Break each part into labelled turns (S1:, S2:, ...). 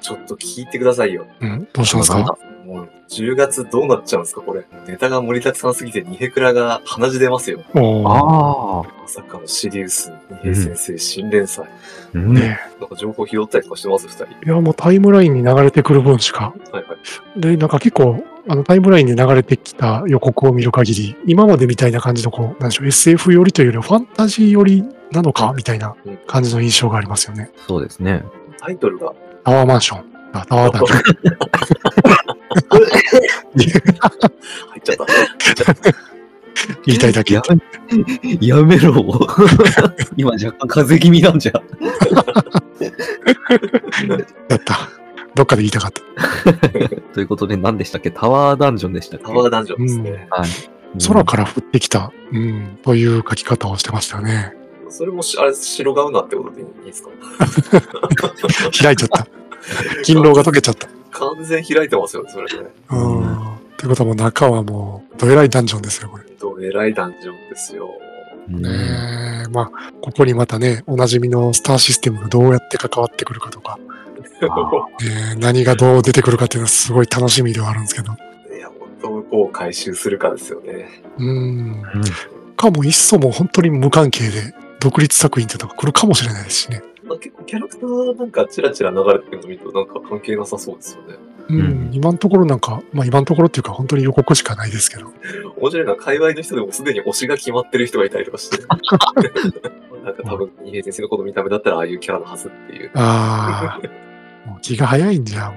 S1: ちょっと聞いてくださいよ。
S2: うん、どうしますか
S1: もう、10月どうなっちゃうんですか、これ。ネタが盛りだくさんすぎて、ニヘクラが鼻血出ますよ。
S2: おー
S3: ああ。
S1: まさかのシリウス、ニヘ先生、新連載。
S3: うん
S2: ね
S1: なんか情報拾ったりとかしてます、二人。
S2: いや、もうタイムラインに流れてくる分しか。
S1: はいはい。
S2: で、なんか結構、あのタイムラインに流れてきた予告を見る限り、今までみたいな感じの、こう、なんでしょう、SF よりというよりはファンタジーよりなのかみたいな
S1: うん
S2: 感じの印象がありますよね。
S3: そうですね。
S1: タイトルが、
S2: タワーマンション。あタワーダンジョン。
S1: 入っちゃった。
S2: 言いたいだけ
S3: や。めやめろ。 今若干風邪気味なんじゃ。
S2: だった。どっかで言いたかった。
S3: ということで何でしたっけタワーダンジョンでしたっけ
S1: タワーダンジョンですね。
S2: 空から降ってきた、うん、という書き方をしてましたよね。
S1: それもし、あれ、白ガウナってことでいいんですか
S2: 開いちゃった。勤労が溶けちゃった。
S1: 完全開いてますよね、それね。
S2: うん。ってことはもう中はもう、どえらいダンジョンですよ、これ。
S1: どう偉いダンジョンですよ。
S3: うん。ね
S2: ねえまあ、ここにまたね、おなじみのスターシステムがどうやって関わってくるかとか、
S3: あ
S2: ねえ何がどう出てくるかっていうのはすごい楽しみではあるんですけど。
S1: いや、本当向こう回収するかですよね。
S2: うん。かも、いっそもう本当に無関係で、独立作品ってとか来るかもしれないですしね。
S1: まあ、結構キャラクターなんかチラチラ流れてるの見るとなんか関係なさそうですよね。
S2: うん。
S3: うん
S2: 今のところなんか、まあ今のところっていうか本当に予告しかないですけど。
S1: 面白いのは界隈の人でもすでに推しが決まってる人がいたりとかして。なんか多分、二平先生のこの見た目だったらああいうキャラのはずっていう。
S2: あ あ。もう気が早いんじゃ、もう。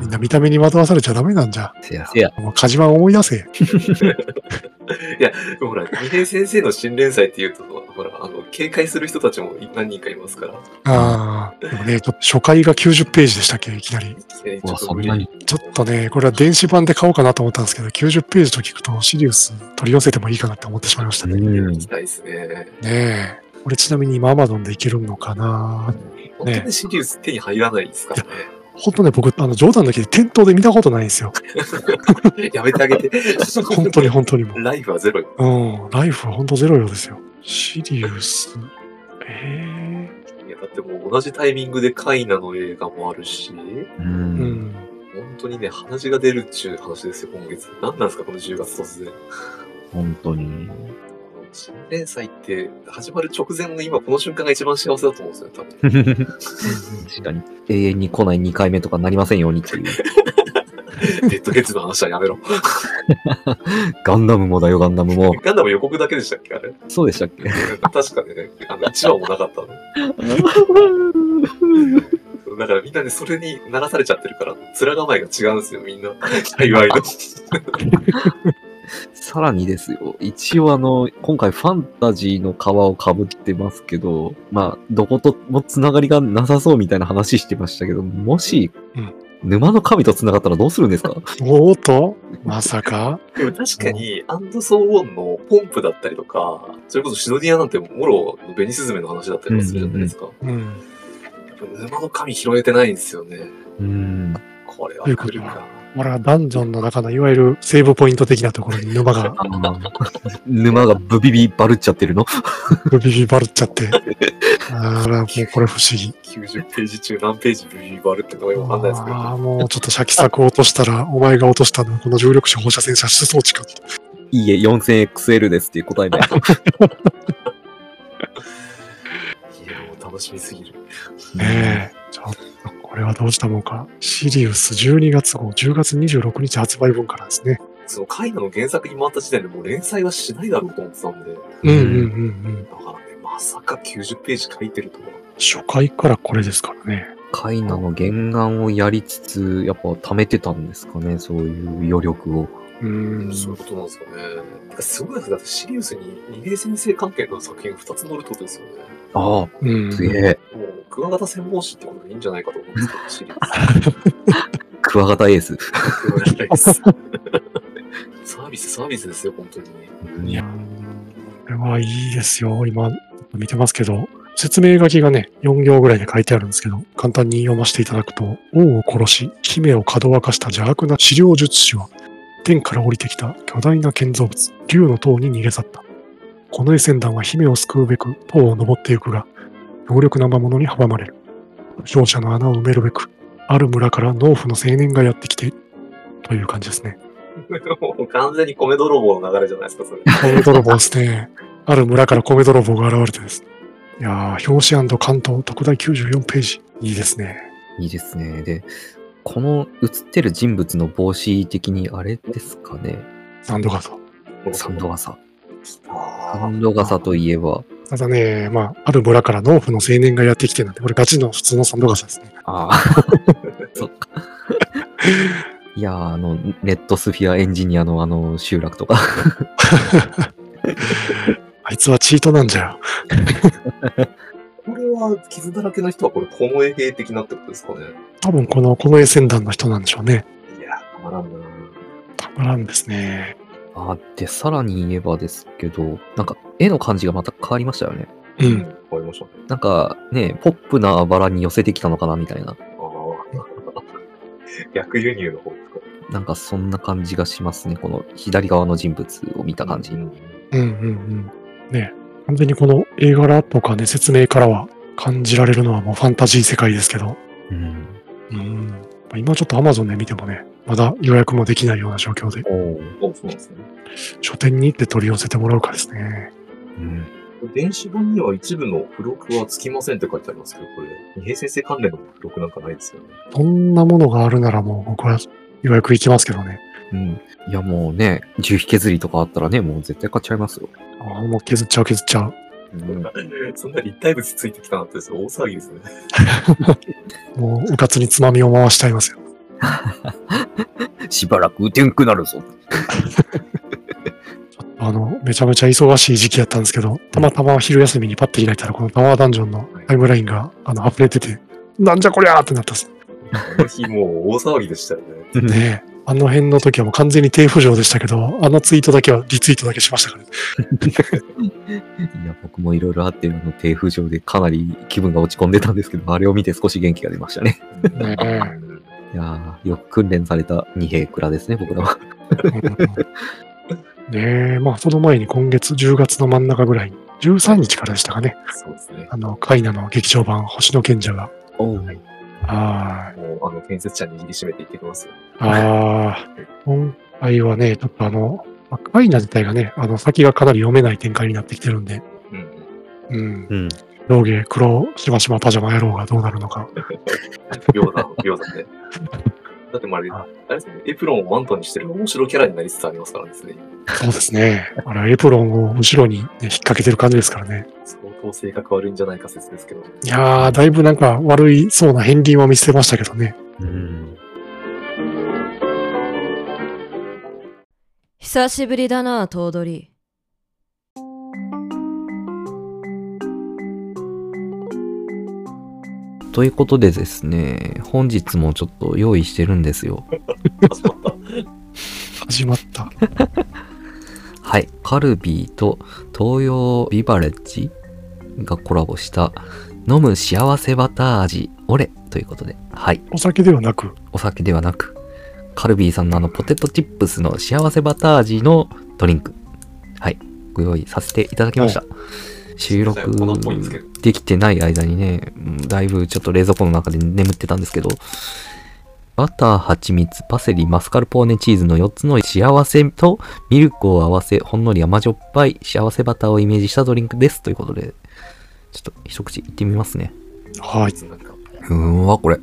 S2: みんな見
S3: て。
S2: た目に惑わされちゃダメなんじゃ。
S3: せやせや。
S2: もうカジマを思い出せ。
S1: でもほら、二平先生の新連載っていうと、ほら、あの、警戒する人たちも何人かいますから。
S2: ああ。でもね、ちょっと初回が90ページでしたっけ、いきなり。
S1: いきなり
S3: う
S1: ちょ
S3: わ
S1: っと
S3: そんなに
S2: ちょっとね、これは電子版で買おうかなと思ったんですけど、90ページと聞くとシリウス取り寄せてもいいかなって思ってしまいましたね。
S3: う。
S1: 行きたいですね。
S2: ねえ。これちなみに今 Amazon でいけるのかな
S1: 本当にシリウス手に入らないですから
S2: ほんとね、僕、あの、冗談だけで店頭で見たことないんですよ。
S1: ね。やめてあげて。
S2: 本当に本当にもう。
S1: ライフはゼロよ。
S2: うん。ライフは本当ゼロようですよ。シリウス。え
S1: いや、だってもう同じタイミングでカイナの映画もあるし、
S2: えうんん。
S1: 本当にね、鼻血が出るっちゅう話ですよ、今月。何なんですか、この10月突然。
S3: 本当に。
S1: 新連載って始まる直前の今この瞬間が一番幸せだと思うんですよ、多 分。
S3: 確かに。永遠に来ない2回目とかなりませんようにっていう。
S1: デッドヘッズの話はやめろ。
S3: ガンダムもだよ、ガンダムも。
S1: ガンダム予告だけでしたっけあれ。
S3: そうでしたっ け
S1: 確かね、あの、1話もなかったの。だからみんなね、それに慣らされちゃってるから、面構えが違うんですよ、みん な。幸いの。
S3: さらにですよ、一応あの、今回ファンタジーの皮を被ってますけど、まあ、どこともつながりがなさそうみたいな話してましたけど、もし、
S2: うん
S3: 沼の神と繋がったらどうするんですか
S2: おーっとまさか
S1: でも確かに、アンドソー・ウォンのポンプだったりとか、それこそシドニアなんてもろのベニスズメの話だったりもするじゃないですか。
S2: うん。
S1: やっぱ沼の神拾えてないんですよね。
S3: うん。
S1: これは来るか。
S2: これはダンジョンの中のいわゆるセーブポイント的なところに沼が
S3: 沼がブビビバルっちゃってるの
S2: ビビバルっちゃって。あら、もうこれ不思議。
S1: 90ページ中何ページブリバルってのがわかんないですけど。
S2: ああ、もうちょっとシャキサク落としたら、お前が落としたのはこの重力子放射線射出装置か。
S3: いいえ、4000XL ですっていう答 えないと。
S1: いや、もう楽しみすぎる。
S2: ねえ。ちょっと、これはどうしたもんか。シリウス12月号、10月26日発売分からですね。
S1: その絵画の原作に回った時点でもう連載はしないだろうと思ってたんで。だか
S2: うんうんうんうん。
S1: らね、まさか90ページ書いてるとは。
S2: 初回からこれですからね。
S3: カイナの原案をやりつつ、やっぱ貯めてたんですかね、そういう余力を。
S2: うーん。
S1: そういうことなんですかね。てかすごいですねだってシリウスに二平先生関係の作品2つ載るってことですよね。
S3: あ
S2: うん
S3: あ、すげえ。
S1: もう、クワガタ専門誌ってことでいいんじゃないかと思うんですけど、シリウ
S3: クワガタエース。
S1: スクワガタ です。サービス、サービスですよ、本当に。
S2: いや、これはいいですよ。今、見てますけど、説明書きがね、4行ぐらいで書いてあるんですけど、簡単に読ませていただくと、王を殺し、姫をかどわかした邪悪な治療術師は、天から降りてきた巨大な建造物、竜の塔に逃げ去った。この絵戦団は姫を救うべく塔を登ってゆくが、強力な魔物に阻まれる。勝者の穴を埋めるべく、ある村から農夫の青年がやってきて、という感じですね。
S1: もう完全に米泥棒の流れじゃないですか、それ。
S2: 米泥棒ですね。ある村から米泥棒が現れてです。いやー、表紙関東特大94ページ。いいですね。
S3: いいですね。で、この写ってる人物の帽子的にあれですかね。
S2: サンドガード。
S3: サンドガサ。サ
S1: あ
S3: ンドガサといえば、
S2: ただね、まあ、ある村から農夫の青年がやってきてなんて、これガチの普通のサンドガサですね。
S3: ああ、 そっか。いやー、あの、ネットスフィアエンジニアのあの集落とか。
S2: あいつはチートなんじゃよ。
S1: これは、傷だらけの人は、これ、ホモエ兵的なってことですかね。
S2: 多分この、この絵船団の人なんでしょうね。
S1: いや、たまらんな
S2: たまらんですね。
S3: あで、さらに言えばですけど、なんか、絵の感じがまた変わりましたよね。
S2: う。
S1: うんん。わりましたね。
S3: なんか、ね、ポップなあばらに寄せてきたのかな、みたいな。
S1: ああ。逆輸入の方ですか。
S3: なんか、そんな感じがしますね。この左側の人物を見た感じ。
S1: うん
S2: うんうんうん。ね完全にこの絵柄とかね、説明からは感じられるのはもうファンタジー世界ですけど、
S3: うん。
S2: うん。まあ今ちょっと Amazon で見てもね、まだ予約もできないような状況で、
S3: おー
S1: そうそうですね。
S2: 書店に行って取り寄せてもらうかですね。
S3: うん。
S1: 電子版には一部の付録はつきませんって書いてありますけど、これ、二平先生関連の付録なんかないですよね。
S2: そんなものがあるならもう僕は予約行きますけどね。
S3: うん。いや、もうね、重皮削りとかあったらね、もう絶対買っちゃいますよ。
S2: ああ、もう削っちゃう削っちゃう。
S3: うん。
S1: そんな立体物ついてきたなんて、大騒ぎですね。
S2: もううかつにつまみを回しちゃいますよ。
S3: しばらく打てんくなるぞ。
S2: あの、めちゃめちゃ忙しい時期やったんですけど、たまたま昼休みにパッて開いたら、このタワーダンジョンのタイムラインが、あの、溢れてて、なんじゃこりゃーってなったっす。
S1: あの日もう大騒ぎでしたよね。
S2: ねえあの辺の時はもう完全に低浮上でしたけど、あのツイートだけはリツイートだけしましたから、ね、
S3: いや、僕もいろいろあって、あの、低風上でかなり気分が落ち込んでたんですけど、あれを見て少し元気が出ましたね。
S2: ねえ
S3: いやー、よく訓練された二平蔵ですね、僕らは。
S2: うんねえ、まあその前に今月10月の真ん中ぐらいに、13日からでしたかね、
S1: そうですね。
S2: あの、カイナの劇場版星の賢者が、
S3: お
S1: はい
S2: あ
S1: もう、あの、建設者握りしめていってきますよ。
S2: あ、ああ、今回はね、ちょっとあの、まあカイナ自体がね、あの、先がかなり読めない展開になってきてるんで、
S1: うん。
S2: うん。
S3: うん。
S2: 道芸、黒、しましま、パジャマ野郎がどうなるのか。
S1: 秒だ、秒だね。だってもうあれ、あれですね、エプロンをマントにしてる面白キャラになりつつありますからですね。
S2: そうですね。あれ、エプロンを後ろに、ね、引っ掛けてる感じですからね。
S1: 相当性格悪いんじゃないか説ですけど。
S2: いやー、だいぶなんか悪いそうな片鱗は見せてましたけどね。
S3: うん。
S4: 久しぶりだな、頭取。
S3: ということでですね、本日もちょっと用意してるんですよ。
S1: 始まった。
S2: 始まった。
S3: はい。カルビーと東洋ビバレッジがコラボした、飲む幸せバター味、オレということで。はい。
S2: お酒ではなく、
S3: お酒ではなく、カルビーさんのあのポテトチップスの幸せバター味のドリンク。はい。ご用意させていただきました。収録
S1: 粉っぽいんですけど
S3: できてない間にね、うんだいぶちょっと冷蔵庫の中で眠ってたんですけど、バター、蜂蜜、パセリ、マスカルポーネチーズの4つの幸せとミルクを合わせ、ほんのり甘じょっぱい幸せバターをイメージしたドリンクです。ということで、ちょっと一口いってみますね。
S2: はい。
S1: なんか、
S3: うーんわ、これ。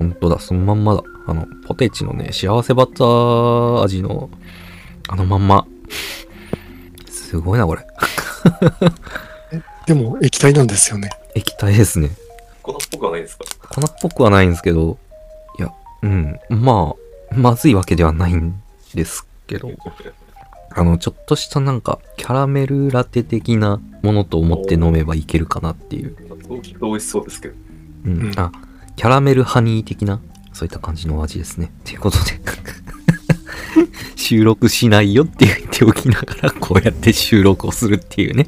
S3: ほんとだ、そのまんまだ。あの、ポテチのね、幸せバター味の、あのまんま。すごいな、これ。
S2: でも液体なんですよね。
S3: 液体ですね。
S1: 粉っぽくはないですか
S3: 粉っぽくはないんですけど、いや、うん、まあ、まずいわけではないんです けど、あの、ちょっとしたなんか、キャラメルラテ的なものと思って飲めばいけるかなっていう。
S1: そう聞くと美味しそうですけど。
S2: う
S3: う
S2: んん、
S3: あ、キャラメルハニー的な、そういった感じのお味ですね。ということで、 収録しないよって言っておきながら、こうやって収録をするっていうね。